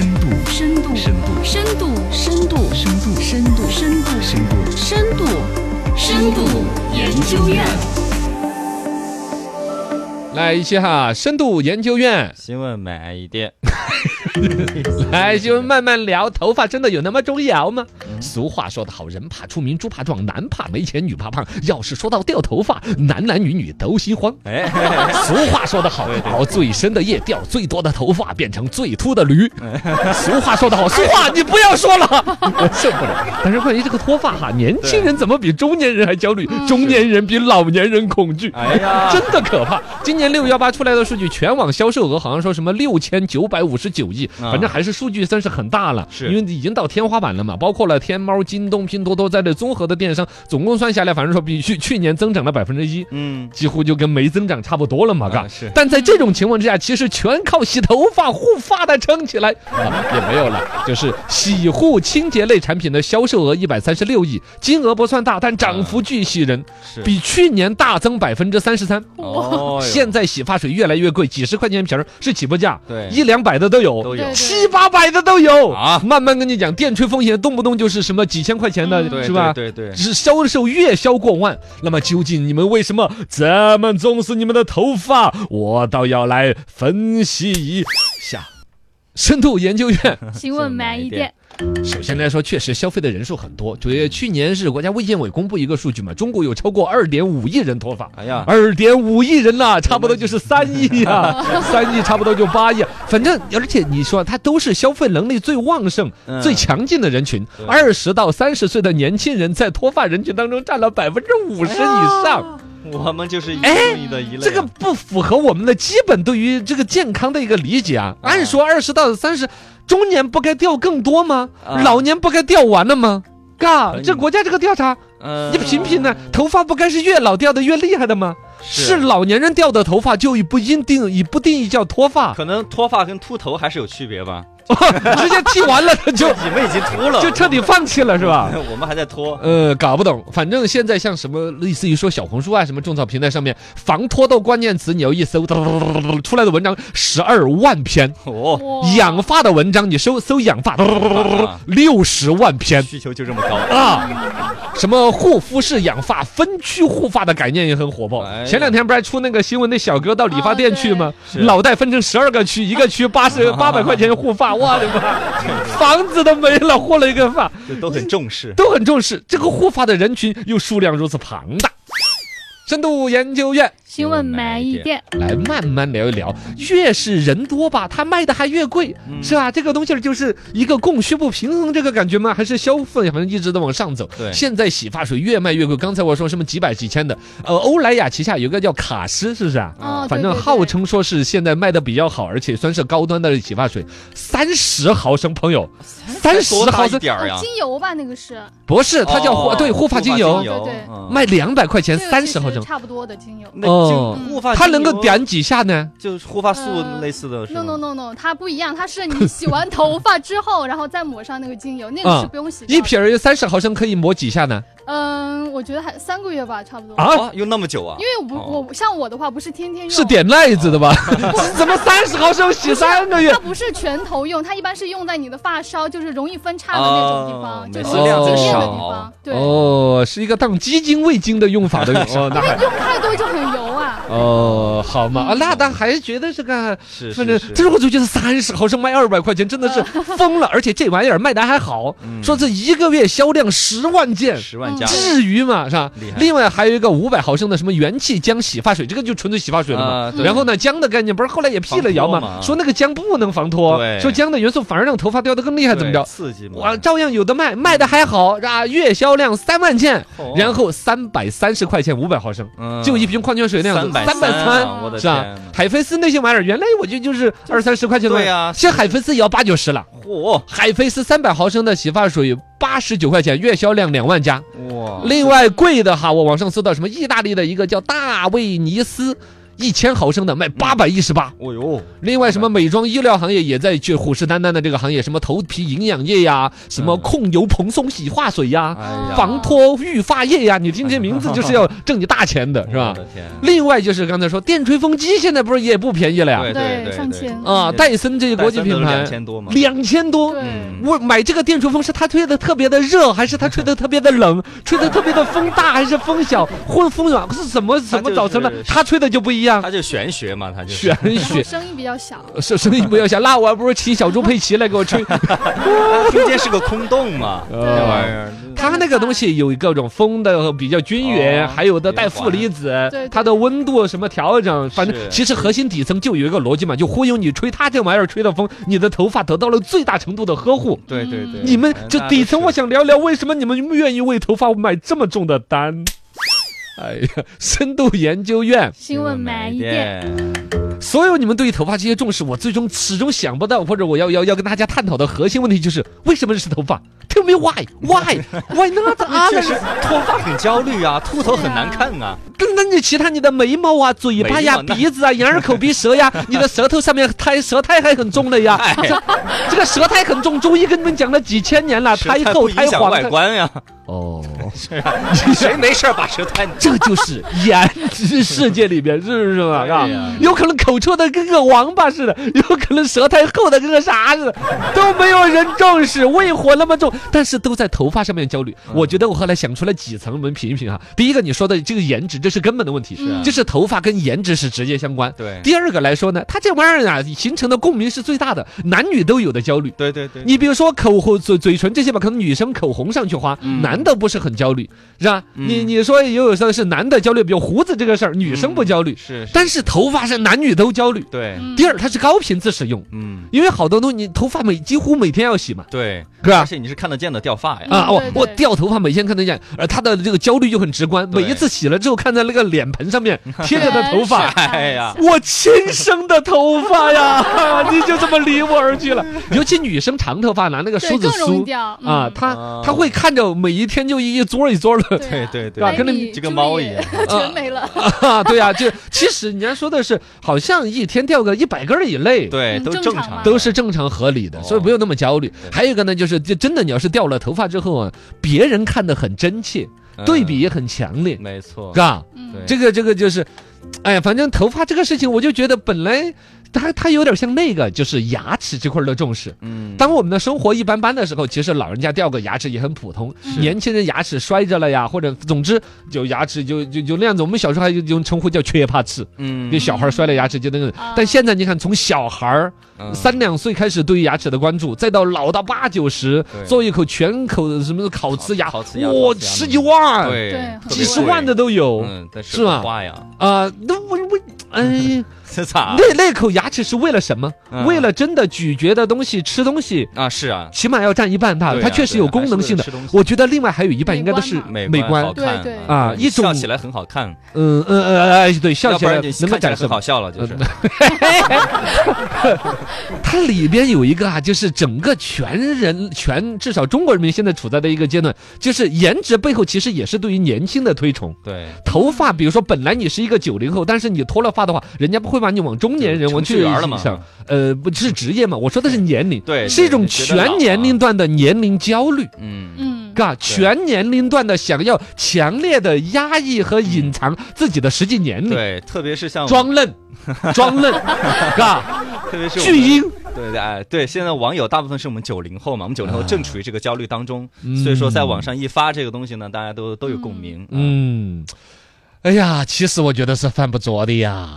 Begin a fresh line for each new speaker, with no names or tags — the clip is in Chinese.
深度，
深度，
深度，
深度，
深度，
深度，
深度，
深度，
深度，深度研究院。
来一些哈，深度研究 院，
新闻慢 一点。
来哎就慢慢聊。头发真的有那么重要吗？
嗯
俗话说得好，人怕出名，猪怕壮，男怕没钱，女怕胖。要是说到掉头发，男男女女都心慌。
哎，嘿嘿嘿
俗话说得好，熬最深的夜，掉最多的头发，变成最秃的 驴。俗话说得好，俗话你不要说了， 我受不了。但是关于这个脱发哈，年轻人怎么比中年人还焦虑？中年人比老年人恐惧。
嗯哎 呀，
真的可怕！今年六幺八出来的数据，全网销售额好像说什么六千九百五十九亿，
啊
反正还是数据算是很大了，
是
因为已经到天花板了嘛。包括了天猫、京东、拼多多在内综合的电商，总共算下来，反正说比去去年增长了百分之一，
嗯，
几乎就跟没增长差不多了嘛，嘎、
啊是
但在这种情况之下，其实全靠洗头发护发的撑起来啊，也没有了，就是洗护清洁类产品的销售额一百三十六亿，金额不算大，但涨幅巨喜人，
是
比去年大增百分之三十三。
哦哟
现在洗发水越来越贵，几十块钱一瓶儿是起步价，
对
一两百的都
都
有。
有
对
七八百的都有
啊
慢慢跟你讲，电吹风险动不动就是什么几千块钱的，
嗯
对
是吧？
对对对，
是销售月销过万，那么究竟你们为什么这么重视你们的头发？我倒要来分析一下。深度研 究院，
请问慢一点，
首先来说，确实消费的人数很多。九月去年是国家卫健委公布一个数据嘛，中国有超过二点五亿人脱发。
哎呀，
二点五亿人 呐、差不多就是三亿啊，三亿差不多就八亿啊，反正而且你说它都是消费能力最旺盛、
嗯
最强劲的人群，
对
二十到三十岁的年轻人在脱发人群当中占了百分之五十以上，
我们就是一
哎
一哎的一类啊，
这个不符合我们的基本对于这个健康的一个理解啊。
啊
按说二十到三十，中年不该掉更多吗？
啊
老年不该掉完了吗？嘎，
嗯
这国家这个调查，
嗯
你品品呢，头发不该是越老掉的越厉害的吗？是啊老年人掉的头发就已不一定已不定义叫脱 发，
可能脱发跟秃头还是有区别吧？
直接剃完了就
你们已经秃了，
就彻底放弃了是吧？
我们还在脱。
呃，搞不懂，反正现在像什么类似于说小红书啊，什么种草平台上面防脱痘关键词，你要一搜，嘟嘟嘟嘟嘟出来的文章十二万篇，
哦，
哇
养发的文章你搜搜养发， 六十万篇。
需求就这么高
啊，什么护肤式养发、分区护发的概念也很火爆。
哎呀哎
前两天不是还出那个新闻，那小哥到理发店去吗？
对是
脑袋分成十二个区，一个区八 十八百块钱护发，我的妈， 房子都没了，护了一个发，
就都很重视。
都很重视这个护发的人群，又数量如此庞大。深度研究院
请问慢一点，
来慢慢聊一聊，越是人多吧，它卖的还越贵，是吧？这个东西儿就是一个供需不平衡这个感觉吗？还是消费好像一直在往上走？
对
现在洗发水越卖越贵。刚才我说什么几百几千的，呃，欧莱雅旗下有一个叫卡诗，是不是啊？
哦，
反
对
正
对对
号称说是现在卖的比较好，而且算是高端的洗发水，三十毫升，朋友，三十
多大
毫
一
升
点儿呀
哦，？精油吧，那个是
不是，它叫护
哦
对护发精油，
油对对
嗯
卖两百块钱
这个
三
其
十
实
毫升，
差不多的精油。
那就
嗯
护发
它能够
精油
点几下呢？
就是护发素
嗯
类似的是
No
吗
no no no，它不一样，它是你洗完头发之后，然后再抹上那个精油，那个
啊
是不用洗掉
一
的。
瓶儿三十毫升可以抹几下呢？
嗯，我觉得还三个月吧，差不多。
啊，
啊，用那么久啊
因？为我不
哦
我像我的话不是天天用，
是点癞子的 吧？怎么三十毫升洗三个月
它？不是全头用，它一般是用在你的发梢，就是容易分叉的那种地
哦
方，就
每
是
次量
经
增
验的
少
地方。对，
哦，是一个当鸡精味精的用法的 哦，那还
用太多就很油啊。
哦，好嘛啊，那咱还觉得是个。
是
反正
是是，
这是我就觉得三十毫升卖二百块钱真的 是疯了，而且这玩意儿卖的还好，
嗯
说这一个月销量十万件，
十万加
至于嘛是吧
厉？害
另外还有一个五百毫升的什么元气姜洗发水，这个就纯粹洗发水了嘛。
啊对
然后呢，姜的概念不是后来也辟了谣
防脱
嘛，
嘛
说那个姜不能防脱，
对
说姜的元素反而让头发掉得更厉害，怎么
对
着？
刺激嘛？
我照样有的卖，卖的还好，啊，月销量三万件，
嗯哦
然后三百三十块钱五百毫升，
嗯
就一瓶矿泉水那样子，
三百
三百
三
三。
啊，我的
是吧
天哪？
海飞丝那些玩意儿，原来我就就是二三十块钱的玩意儿
对啊
现在海飞丝也要八九十了。
嚯
海飞丝三百毫升的洗发水八十九块钱，月销量两万加。
哇！
另外贵的哈，我网上搜到什么意大利的一个叫大卫尼斯。一千毫升的
嗯
卖八百一十八。
哦呦，
另外，什么美妆医疗行业也在去虎视眈眈的这个行业，什么头皮营养液呀，什么
嗯
控油蓬松洗发水呀，
哎呀，
防脱育发液呀，你听这名字就是要挣你大钱 的，是吧
我？的天，
另外就是刚才说电吹风机，现在不是也不便宜了呀？
对对对，
上千
啊，戴森这个国际品牌
两，千多嘛，
两千多。
对，
我买这个电吹风是它吹的特别的热，还是它吹的特别的 冷？吹的特别的风大还是风小？或风软是怎么怎么造成的
它就？是
它吹的就不一样，
它就玄学嘛，它就是
玄
然后
学。
声音比较小，
是声音不要想，那我还不如请小猪佩奇来给我吹。
它中间是个空洞 嘛，
哦
这玩意儿，
它那个东西有各种风的比较均匀，
哦
还有的带负离子
对对，
它的温度什么调整，反正
是
其实核心底层就有一个逻辑嘛，就忽悠你吹它这玩意儿吹的风，你的头发得到了最大程度的呵护。
对对对，哎
你们就
嗯那
底层，
是
我想聊聊为什么你们愿意为头发买这么重的单。哎呀，深度研究院，
新闻买一点，，
所有你们对于头发这些重视，我最终始终想不到，或者我要要要跟大家探讨的核心问题就是为什么是头 发？Tell me why, why, why not 啊？
确实脱发很焦虑啊，秃头很难看 啊，
那那你其他你的眉毛啊、嘴巴呀
眉、毛呢
鼻子啊、眼耳口鼻舌 呀，你的舌头上面苔舌苔还很重的呀。
哎，
这个舌苔很重，中医跟你们讲了几千年了，苔厚
不
苔
影响
黄
外
苔。
观呀，
哦，
谁没事儿把舌探
这 就是颜值世界里边，是不是 嘛？啊
对哎呀，
有可能口臭的跟个王八似的，有可能舌苔厚的跟个啥似的，都没有人重视，为火那么重，但是都在头发上面焦虑。
嗯
我觉得我后来想出来几层，我们品一品啊。第一个，你说的这个颜值，这是根本的问题，
是啊
就是头发跟颜值是直接相关。
嗯对
第二个来说呢，它这玩意儿啊，形成的共鸣是最大的，男女都有的焦虑。
对对对，
你比如说口红、嘴嘴唇这些吧，可能女生口红上去花，男的不是很焦虑，是吧？你
嗯
你说也有时候是男的焦虑，比如胡子这个事儿，女生不焦虑，
是，是
但是头发是男女都焦虑。
对，
嗯
第二，它是高频次使用，
嗯，
因为好多东西你头发每几乎每天要洗嘛，
对，
是吧
而？且你是看得见的掉发呀，
啊，我
嗯对对
我掉头发每天看得见，而他的这个焦虑就很直观，每
对
一次洗了之后看在那个脸盆 上面贴着的头
真
发
是，
哎呀
我亲生的头发呀， 你就这么离我而去了。尤其女生长头发拿那个梳
对，
子
更容易
梳
掉嗯
啊，，她
啊
她会看着每一天就一一撮一撮的。
嗯
对
啊
对
吧
对，
跟那
你
就跟猫一样
全没了，
啊，对啊，就其实人家说的是，好像一天掉个一百根儿以内，
对，
嗯
都
正
正
常嘛
常，
都是正常合理的，
哦
所以不用那么焦虑。
对
还有一个呢，就是就真的你要是掉了头发之后啊，别人看得很真切，
嗯哦哎
对比，也很强烈，
没错，
嘎，
嗯
对
这个这个就是，哎呀，反正头发这个事情，我就觉得本来它它有点像那个，就是牙齿这块儿的重视。
嗯，
当我们的生活一般般的时候，其实老人家掉个牙齿也很普通，年轻人牙齿摔着了呀，或者总之就牙齿就就就那样子。我们小时候还有一种称呼叫缺牙齿，
嗯
就小孩摔了牙齿就那个
啊。
但现在你看，从小孩儿
嗯
三两岁开始对于牙齿的关注，再到老到八九十，
对
做一口全口什么烤瓷牙，
烤瓷牙
哇，
烤瓷牙
十几万，
对
对很，
特别
几十万的
贵，
都有
嗯，但
是吧
花呀，
啊。那我我哎，
这咋
那那口牙齿是为了什么？
啊嗯
为了真的咀嚼的东西、吃东西，
啊？是啊，
起码要占一半大，
对
它
啊
确实
对啊
有功能性的
还是为了吃东。西
我觉得另外还有一半应该都是
美
美观
好，看
对对
啊一种
笑起来很好看，
嗯嗯嗯哎，对，笑
要
起
不
来
然就
能够
看起来
展示
很好。笑了，就是
嗯 它里边有一个啊，就是整个全人全至少中国人民现在处在的一个阶段，就是颜值背后其实也是对于年轻的推崇。
对，
头发，比如说本来你是一个九零后，但是你脱了发的话，人家不会把你往中年人往
程
去
序员了嘛
想，呃，不是职业嘛，我说的是年龄，
对
是一种
对觉得老
全
啊
年龄段的年龄焦虑。
嗯，
嗯，
嘎，全年龄段的想要强烈的压抑和隐藏自己的实际年龄，
对，特别是像
装嫩，装 嫩，嘎，
特别是我
巨
们
婴，
对对哎对，现在网友大部分是我们九零后嘛，我们九零后正处于这个焦虑当中，
嗯
所以说在网上啊一发这个东西呢，大家都都有共鸣。啊
嗯嗯，哎呀，其实我觉得是犯不着的呀。